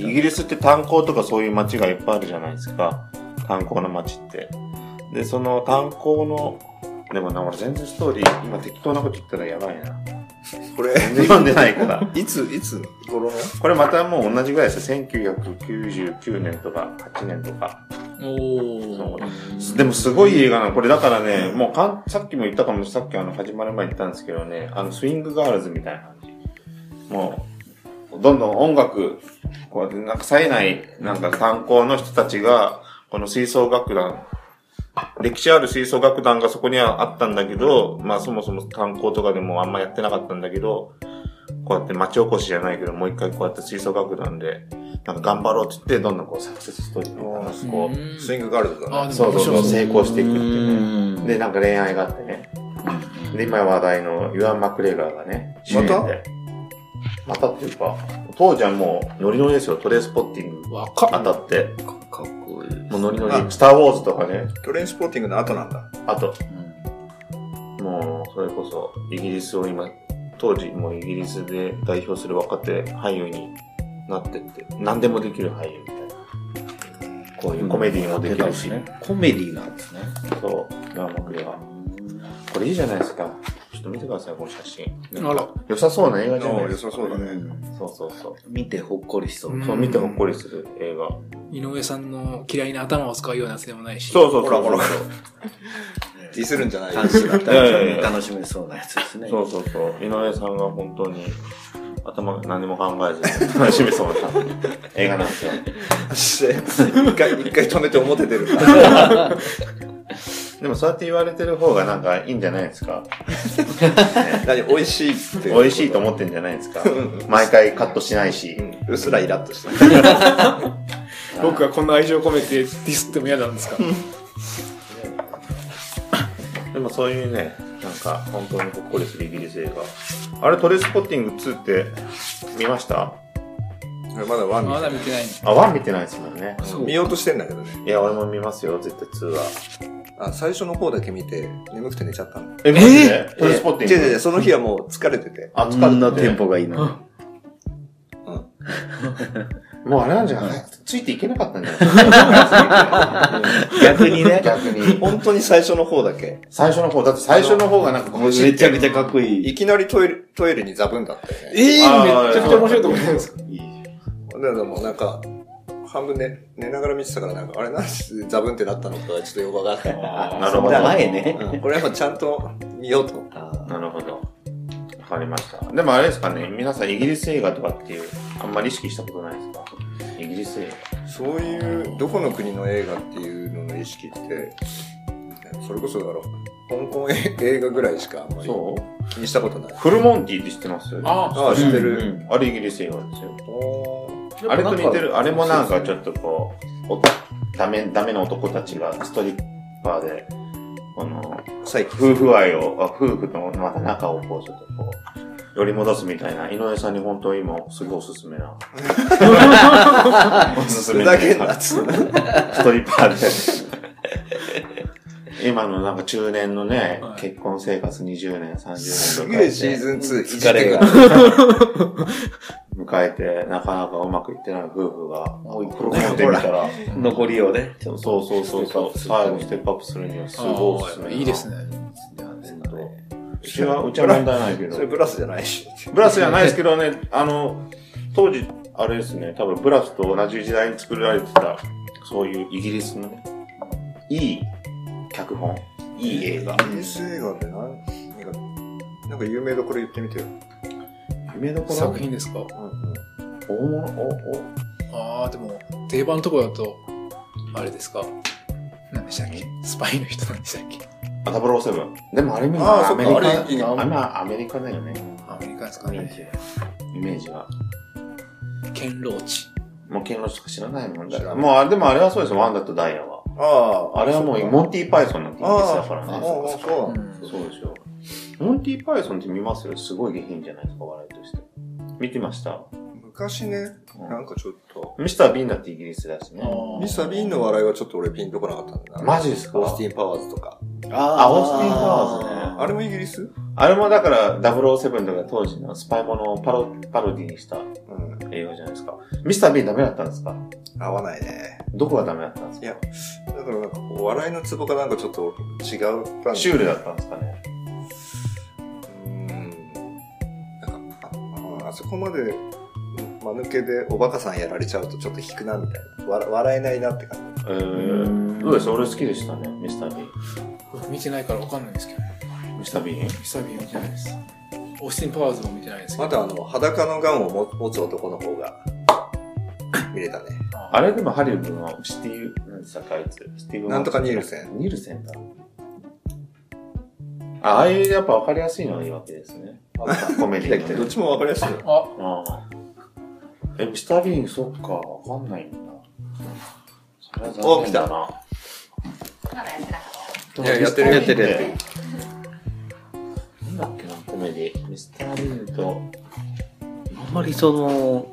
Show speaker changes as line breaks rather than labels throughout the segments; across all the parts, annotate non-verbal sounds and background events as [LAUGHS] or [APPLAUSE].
イギリスって炭鉱とかそういう街がいっぱいあるじゃないですか。炭鉱の街って。で、その炭鉱の、でもな、俺全然ストーリー、今適当なこと言ったらやばいな。
これ、
全然読んでないから。
いつ、いつ頃の
これまたもう同じぐらいですよ。1999年とか8年とか。
おー。
でもすごい映画なの。これだからね、もうかんさっきも言ったかも、さっきあの始まる前に言ったんですけどね、あのスイングガールズみたいな感じ。もう、どんどん音楽、こうやってなんか冴えない、なんか炭鉱の人たちが、この吹奏楽団、歴史ある吹奏楽団がそこにはあったんだけど、まあそもそも炭鉱とかでもあんまやってなかったんだけど、こうやって町おこしじゃないけど、もう一回こうやって吹奏楽団でなんか頑張ろうって言って、どんどんこうサクセスストーリーの話すこ
うん
スイングガールズ
あ
が
ー
ね。
で
そ
も
う
面
そうそ、
白そうう
成功していくっていうね。
ん
で、なんか恋愛があってね。で、今話題のユアン・マクレガーがね、主演で。またっていうか、当時はもうノリノリですよ、トレースポッティング
若っ
当たって。
かかっこいい。
もうノリノリ。
あ
スター・ウォーズとかね、
トレインスポーティングの後なんだ。
あと、もう、それこそ、イギリスを今、当時、もうイギリスで代表する若手俳優になってって、何でもできる俳優みたいな。こういうコメディもできるし、
ね。コメディなんですね。
そう、ラーマクレガー。これいいじゃないですか。ちょっと見てください、この写真。なんか
あら
良さそうな映画じゃない
良
ですか。
さそうだね。
そうそうそう。
見てほっこりしそうう。
ん
そう見てほっこりする映画。
井上さんの嫌いな頭を使うようなやつでもないし。
そうそう
ほ
そ
ら
う
ほ
そう
ら。ディスるんじゃないよ
監視だった
いやいやい
ら
や
楽しめそうなやつです
[LAUGHS]
ね。
そうそうそう。井上さんが本当に頭何も考えずに楽しみそうな映画なんですよ。
一回、一回止めて表出るから。
でもそうやって言われてる方がなんかいいんじゃないですか。
何、美味しいって。
美味しいと思ってんじゃないですか。毎回カットしないし
う。ん。うっすらイラッとした。
僕がこんな愛情込めてディスっても嫌なんですか
でもそういうね、なんか本当にほっこりするイギリス映画。あれトレインスポッティング2って見ました
まだワン
まだ
見
見てない
あ、1見てないですもんね。
て見ようとしてんだけどね。
いや、俺も見ますよ、絶対2は。
あ、最初の方だけ見て、眠くて寝ちゃったの。
え、マジでトレインスポッティン
違う違う違
グ
う、。その日はもう疲れてて。
あ、
こんな
疲
テ
れ
ン
てて。
ポがいいのに。
もうあれなんじゃないついていけなかったんじゃない逆にね。逆に。
本当に最初の方だけ。
最初の方、だって最初の方がなんかこう走って
めちゃくちゃかっこいい。
いきなりトイレ、トイレにザブンだったよね。
ええ
あー
めちゃくちゃ面白いと思います。
だからもうなんか、半分寝、寝ながら見てたからなんか、あれなんでザブンってなったのかちょっとよくわかんない。
あなるほど。
前ね。
うんこれはもうちゃんと見ようと思って。
なるほど。わかりました。でもあれですかね、皆さんイギリス映画とかっていう、あんまり意識したことないですかイギリス映
そういう、どこの国の映画っていうのの意識って、それこそだろう、香港映画ぐらいしかあんま
画。
り
そう
気にしたことない。
フルモンティって知ってます
あ
ああ、知ってる。
あれイギリス映画ですよ。
おー
あれと似てる、あれもなんかちょっとこう、おダメ、ダメな男たちがストリッパーで、この、
最近。
夫婦愛を、あ夫婦のまた仲をこう、ちょっとこう、寄り戻すみたいな、井上さんに本当今、すごいおすすめな。おすす
ふ
め
ざけんなっつうの。
ストリッパーで。今のなんか中年のね、
はい
結婚生活20年、30年
す
迎
げ
え
えシー
て、
ズン2、いじって
疲れ
く
が
る。。
迎えて、なかなかうまくいってない夫婦が、もう一個
ほら
持ってみたら、
残りをね、ちょ
そう
っと。
そうそうそう、最後ステップアップするにはすごいおすすめ
いいです。ね。
うちは、うちは問題ないけど
そ。れブラスじゃないし。
ブラスじゃないですけどね、あの、当時、あれですね、多分ブラスと同じ時代に作られてた、そういうイギリスのね、いい脚本、いい映画。
PS 映画って何なんか、なんか有名どころ言ってみてよ。
夢どころ
作品ですか
うんうん。
大物おお
ああ、でも、定番のとこだと、あれですか何でしたっけスパイの人なんでしたっけ
あ、ダブルセブン。でもあれ見
あー
アメリ
そっかあ
カ
れいいね
あまあアメリカだよね。
アメリカですかね。
イメージは。
ケンローチ。
もう、剣のしか知らないもんだ
知ら
よ。
ない
もうあ、でもあれはそうですよ、ワンダとダイヤは。
ああ、
あれはもう、モンティーパイソンなんてイギリスだから
ああ、
ね。
そうう。
ん
そうでしょ。モンティーパイソンって見ますよ。すごい下品じゃないですか、笑いとして。見てました。
昔ね、なんかちょっと、
ミスター・ビーンだってイギリスだしね。
あ
ミスター・ビーンの笑いはちょっと俺ピンとこなかったんだな。
マジですか
オースティン・パワーズとか。
あ、オースティン・パワーズね。
あれもイギリスう
あれもだから、007とか当時のスパイものをパロパロディにした
ん。
映画じゃないですか。ミスター・ビーンダメだったんですか
合わないね。
どこがダメだったんです
いや、だからなんかこう、笑いのツボがなんかちょっと違う
かシュールだったんですかね
うん。なんか、あああそこまで、間抜けでおバカさんやられちゃうとちょっと引くなみたいな。わ笑えないなって感じ。
えー、どうです俺好きでしたね、ミスター・ビー
僕見てないからわかんないんですけど、
ン。ミスター・ビーン
ミスタービーン見てないです。オースティン・パワーズも見てないですけ
ま
ど。
たあの、裸のガンをも持つ男の方が、見れたね。
あれでもハリウッドのシティ、なんでしたかあいつ。シティ
なんとかニールセン
ニールセンだ。あああいうやっぱ分か
[LAUGHS]
りやすいのがいいわけですね。コメディーのね
どっちもわかりやすいよ。
あ、
ああえ、ミスター・ビーン、そっか、わかんないんだ。それは
お来
残念
た
だな。
まだやってなかっ
いややってるやってるやってる
なんだっけな、コメディ。ミスター・ビーンと、
あんまりその、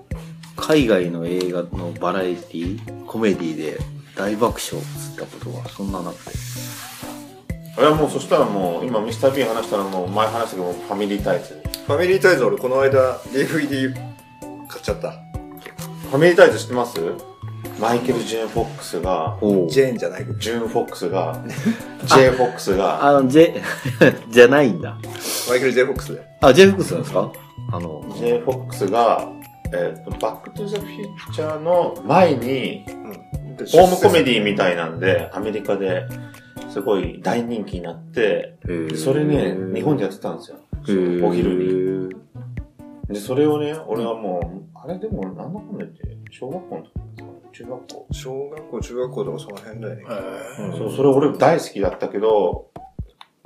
海外の映画のバラエティコメディで大爆笑つったことはそんななくて。
いやもうそしたらもう、今ミスター・ビーン話したらもう、前話したけど、もうファミリータイツ。
ファミリータイズ俺この間 DVD 買っちゃった。
ファミリータイツ知ってますマイケル・ジューン・フォックスが、
お
ジェーンじゃないけど。
ジューン・フォックス
[LAUGHS]
が、J ・フォックスが、
あの、ジェ、 [LAUGHS] じゃないんだ。
マイケル・ジェイ・フォックスで。
あ、ジェフックスなんですかあの、
J ・フォックスが、えっと、バック・トゥ・ザ・フューチャーの前に、ホームコメ
デ
ディみたいなんで、アメリカですごい大人気になって、
へー
それね、日本でやってたんですよ。
へー
お昼に。で、それをね、俺はもう、あれでも、なんだかんだ言って、小学校の時ですかね中学校。
小学校、中学校とかその辺だよね。
え
うん
そう、それ俺大好きだったけど、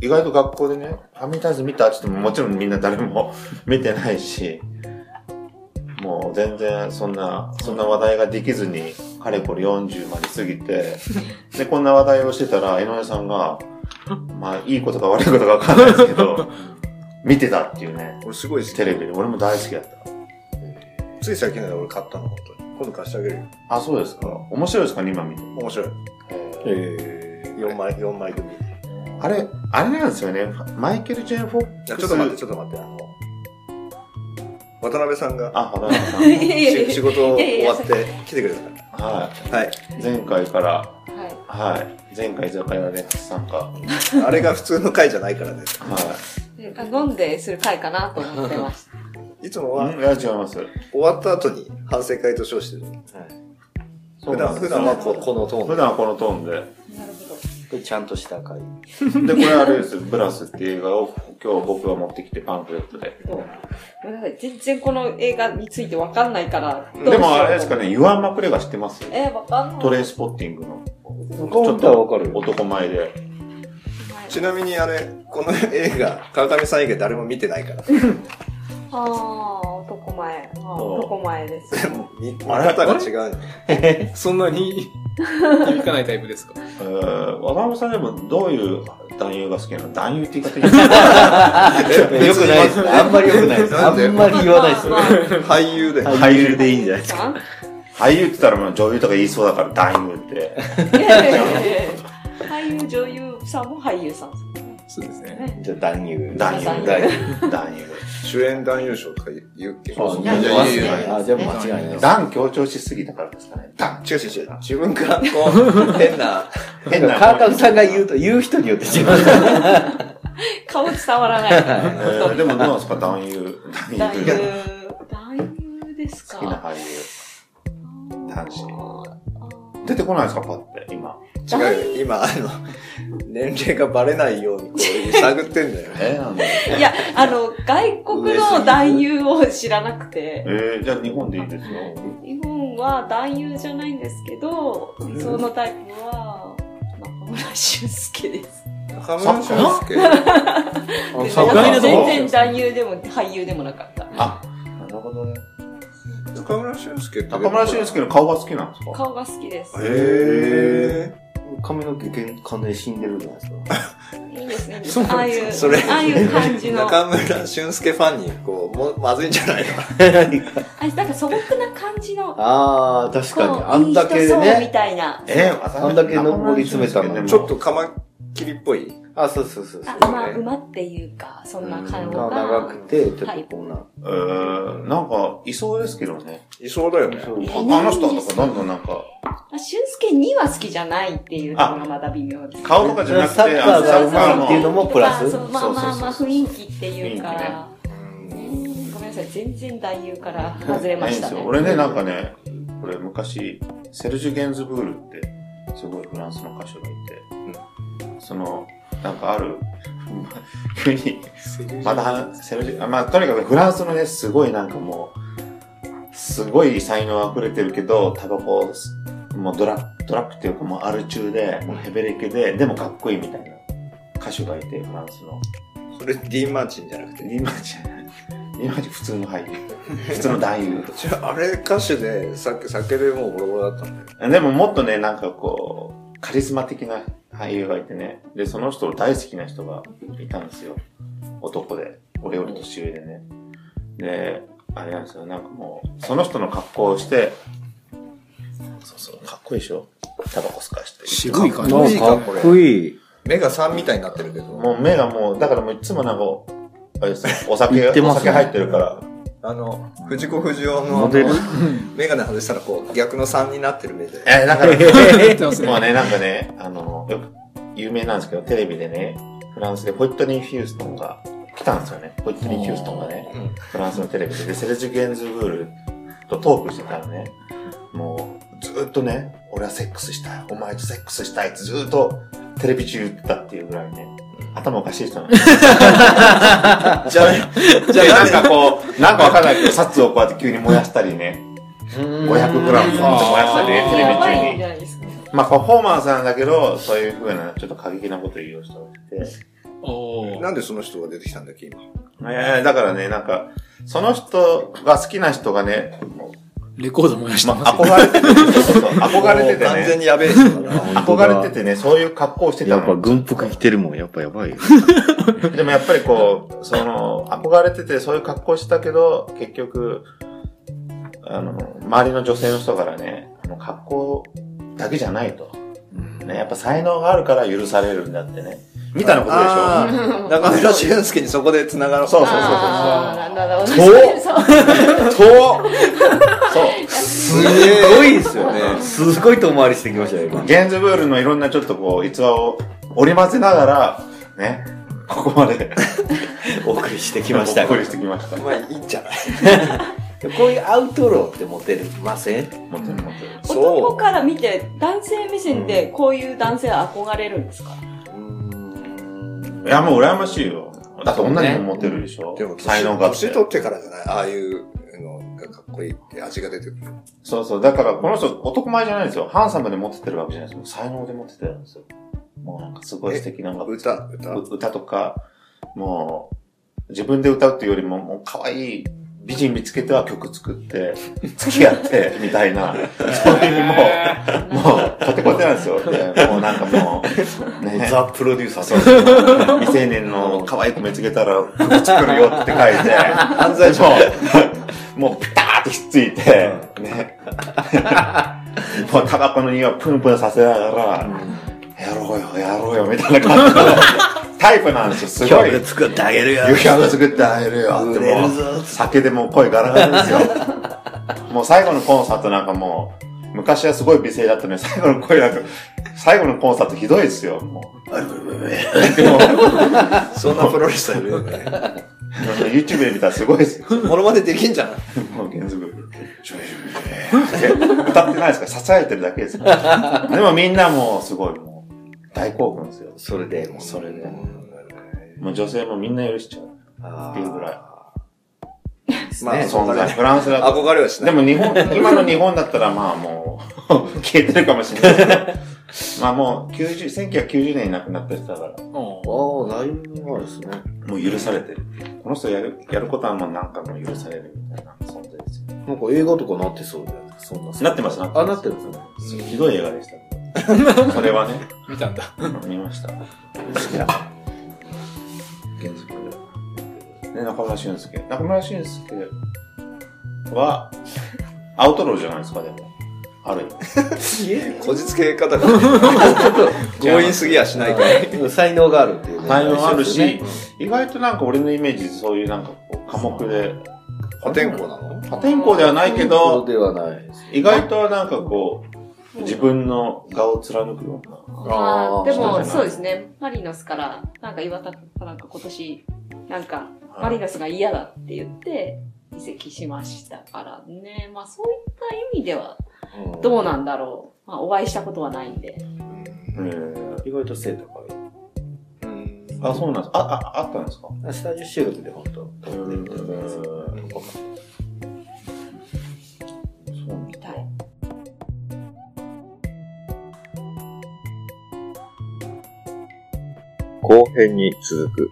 意外と学校でね、ファミリータイズ見たって言っても、もちろんみんな誰も [LAUGHS] 見てないし、もう全然そんな、そんな話題ができずに、かれこれ40まで過ぎ
[LAUGHS]
て、で、こんな話題をしてたら、江上さんが、まあ、いいことか悪いことかわかんないですけ
[LAUGHS]
ど、見てたっていうね、
俺すごい好き。
テレビで。俺も大好きだった。
つい最近だよ、俺買ったの、本当に。今度貸してあげるよ。
あ、そうですか。面白いですかね、今見て。
面白い。
え
4枚、四枚組。い
あれ、あれなんですよね。マイケル・ジェン・フォックス。
やちょっと待って、ちょっと待って、あの、渡辺さんが
あ、原田さん。
た。いやいやい
し
や
仕事終わっ
いや
て来てくれたか
は
ら。はい。
い。前回から、
はい。
はい。前回居酒屋で初参加。は
あれが普通の回じゃないからね。
あ飲んでする会かなと思ってまし
いつも
い。
は
うんいや、違います。
終わった後に反省会と称してる。
そう
普
な
段、
ん
普
ですよ
段はここのトーン
普
で。
段はこのトーンで。
た。なるほど。
これちゃんとした回。
で、これあれです。 [LAUGHS] ブラスっていう映画を今日僕が持ってきてパンフレットで。
ごめんなさい。全然この映画についてわかんないから。どうしよう
でもあれですかね、。ユアン・マクレが知ってます
えー、わかんない。
トレインスポッティングの。
ちょっとわかるよ。
男前で。
はい
ちなみにあれ、この映画、川上さん以外誰も見てないから。
ああ、男前。あー
そう
男前です。
見方が違うね。
そんなに響かないタイプですか
えー、渡辺さんでもどういう男優が好きなの男優って言い方いい [LAUGHS] ですか
よくないです。あんまりよくないです。あ
なんで
んまり言わないです。
まあまあまあ
俳優で。
俳優でいいんじゃないですか。
さん
俳優って言ったらもう女優とか言いそうだから男優って。
いやいやいやいや俳優、女優さんも俳優さんですね。
そうですね。
じゃあ、男優。
男優。
男
男優。
主演男優賞とか言うっけ
そう
いやいやいやいやあ、じゃあ間違いないです。
男強調しすぎたからですかね。男。
違う違う違う。自分からこう、変な、
変な。
川上さんが言うと、言う人によって違う。
顔伝わらない。
えーでもどうなんですか男優。
男
男優。
優、男優ですか
好きな俳優。男子
あー
出てこないですかパッて、今。
違うよ。今、あの、年齢がバレないようにこう、探ってんだよ。
えー、なんだ
いや、あの、外国の男優を知らなくて、
えー、じゃあ日本でいいですよ。
日本は男優じゃないんですけど、理想のタイプは、中村俊介です。
中
村俊
介。
で
サッカー
全然男優でも俳優でもなかった。
あ、なるほどね。
中村俊介って。
中村俊介の顔が好きなんですか
顔が好きです。
へ
髪の毛全完全に死んでるじゃないですか。
いいですね。
そう
ああいう、
それ
ああいう感じ
ー。
の。
中村俊介ファンに、こう、も、まずいんじゃないの
あなんか素朴な感じの、
ああ、確
こう
かに。あんだ
い
け
い人そうみ
ね。
たいな。
えー、私
あんだけ上り詰めたのに
ちょっとカマキリっぽい。
あ、そうそうそうそ
あ
う。
馬、馬っていうか、そんな感じ
が長くて、ちょっとこんな。
えー、なんか、いそうですけどね。
いそうだよね。
あ
いやいない
あの人とかどんどんなんか、
あ俊介には好きじゃないっていうのがまだ微妙です。
顔とかじゃなくて、
サッカー
あの
が
の
っていうのもプラス
とかそうまあまあまあ
そうそうそうそう
雰囲気っていうか、
うん
うんごめんなさい、全然男優から外れま
ないん
し
で
た
す
ね
よ。。俺ね、なんかね、これ昔、セルジュ・ゲンズブールって、すごいフランスの歌手がいて、その、なんかある、急に、また、セルジュ、あまあ、とにかくフランスのね、すごいなんかもう、すごい才能溢れてるけど、タバコを吸、もうドラッ、ドラッグっていうかもうアル中で、もうヘベレケで、でもかっこいいみたいな歌手がいて、フランスの。
それ、ディーン・マーチンじゃなくて。
リーマンじゃない。今普通の俳優。普通の男優。
じゃあ、あれ歌手で、酒、酒でもうボロボロだったんだよ。
でももっとね、なんかこう、カリスマ的な俳優がいてね。で、その人を大好きな人がいたんですよ。男で。俺より年上でね。で、あれなんですよ。なんかもう、その人の格好をして、そうそう、かっこいいでしょタバコ吸かして。
渋い感じ
どう。
[LAUGHS]
いいか
かっこいい。
目が3みたいになってるけど。
もう目がもう、だからもういつもなんか、あれですよお酒、
[LAUGHS] 言って
お
ます
酒
ね
入ってるから。
あの、藤子不二雄のあの、
モデル
メガネ外したらこう、逆の3になってる目で。
えー、だから、
やってますね
まあね、なんかね、あの、よく有名なんですけど、テレビでね、フランスでホイットニー・ヒューストンが来たんですよね。ホイットニー・ヒューストンがね、
うん
フランスのテレビで、でセルジュ・ゲンズブールとトークしてたらね、もう、ずーっとね、俺はセックスしたい、お前とセックスしたいってずーっとテレビ中言ってたっていうぐらいね、頭おかしい人なんですよ
じゃあ、
じゃあなんかこう、なんかわかんないけど、札をこうやって急に燃やしたりね、500グラムポンって燃やしたりね、テレビ
やば
中に
いん。じゃないですか。
まあ、パフォーマンスなんだけど、そういうふうな、ちょっと過激なことを言う人がいて。
おー
なんでその人が出てきたんだっけ、今。
ええだからね、なんか、その人が好きな人がね、
レコード燃やして
ま
ます
あ、
よ。
憧れてて、そうそうそう憧れて
もう完
て
全
ね、
にやべえ人だな。
憧れててね、そういう格好をしてた
やっぱ
の。
軍服着てるもん、やっぱやばいよ。
でもやっぱりこう、その、憧れてて、そういう格好をしてたけど、結局、あの、周りの女性の人からね、あの格好だけじゃないと。ね、やっぱ才能があるから許されるんだってね。みたいなことでしょ。
あー中村俊介にそこで繋がろう。
そうそうそう
ああ、なんだろう。
そう
[LAUGHS] そう。
そうそう。
すげえ。
いですよね。すごい遠回りしてきましたよ、今。
ゲンズブールのいろんなちょっとこう、逸話を織り交ぜながら、ね、ここまで
[LAUGHS] お送りしてき
来
ました。
お
こ
送
う
りしてきました。
まあ、いいんじゃ
[LAUGHS]
ない
いうアウトローってモテるません
持ってる持ってる。
男から見て、男性目線でこういう男性は憧れるんですか
いや、もう羨ましいよ。だって女にも持てるでしょ、
でも、
才能があって
年。取ってからじゃないああいうのがかっこいいって味が出てくる。
そうそう。だから、この人、男前じゃないんですよ。ハンサムで持ってるわけじゃないですよ。もう才能で持ってるんですよ。もうなんかすごい素敵なのが
歌、歌。
う歌とか、もう、自分で歌うっていうよりも、もう可愛い美人見つけては曲作って、付き合って、みたいな、
[LAUGHS]
そういうもう、もう、コテコテなんです [LAUGHS] よ。でもうなんかもう、ね、
ザ・プロデューサー
そうそう未成年の可愛い子見つけたら、曲作るよって書いて、犯罪者もう、もうピターってひっついて、ね。もうタバコの匂いをプンプンさせながら、やろうよ、やろうよ、みたいな感じのタイプなんですよ、す [LAUGHS] ごい。
曲作ってあげるよ。
夕日を作ってあげるよって
売れ
も
る
う
ぞ
酒でもう声ガラガラですよ [LAUGHS] もう最後のコンサートなんかもう昔はすごい美声だったのに最後の声なんか最後のコンサートひどいですよもう
そんなプロレスラーいるよね。
YouTube で見たらすごいで
[LAUGHS]
すよ
ものまねできんじゃない
もう原則歌ってないですから支えてるだけですからでもみんなもうすごいもう大興奮ですよ
それで、もう
それで
う
もう女性もみんな許しちゃうっていうぐらい
まあ、そん
存
な
在フランスだと
憧れはしな
で
い。
も日本、今の日本だったらまあもう、消えてるかもしれないけど。まあもう、90、1990年に亡くなった人だから、
おー
ああ、だいぶ前ですね。
もう許されてる。この人やる、やることはもうなんかもう許されるみたいな存在ですよ。
なんか映画とかなってそうじゃないですか、そんな。
なってますなってます
あ、なってるん
[LAUGHS]
ですね。
ひどい映画でしたけど。それはね、
見たんだ。
見ました。好きだ。原作で。ね、中村俊介。中村俊介は、アウトローじゃないですか、でも。ある意味。
こじつけ方 [LAUGHS] が強引すぎやしない [LAUGHS] から。
[LAUGHS] うん才能があるっていうね。
才能あるし、
そうですよね
意外となんか俺のイメージそういうなんかこう科目で、
破天荒なの
破天荒ではないけ
そう
ど、
ではないです。
意外となんかこう、自分の顔を貫くような。
まあ、で
そうじゃな
も、
い
そうですね。マリノスから、なんか岩田君かなんか今年、なんか、マリノスが嫌だって言って、移籍しましたからね。まあ、そういった意味では、
うん
どうなんだろう。まあ、お会いしたことはないんで。
うん
意外と背高い。
うん
あ、そうなんです。あ、あ、あったんですか
スタジオ収録で本当、飛んでみたいなやつ。
そうなん
み
だ
たい。
後編に続く。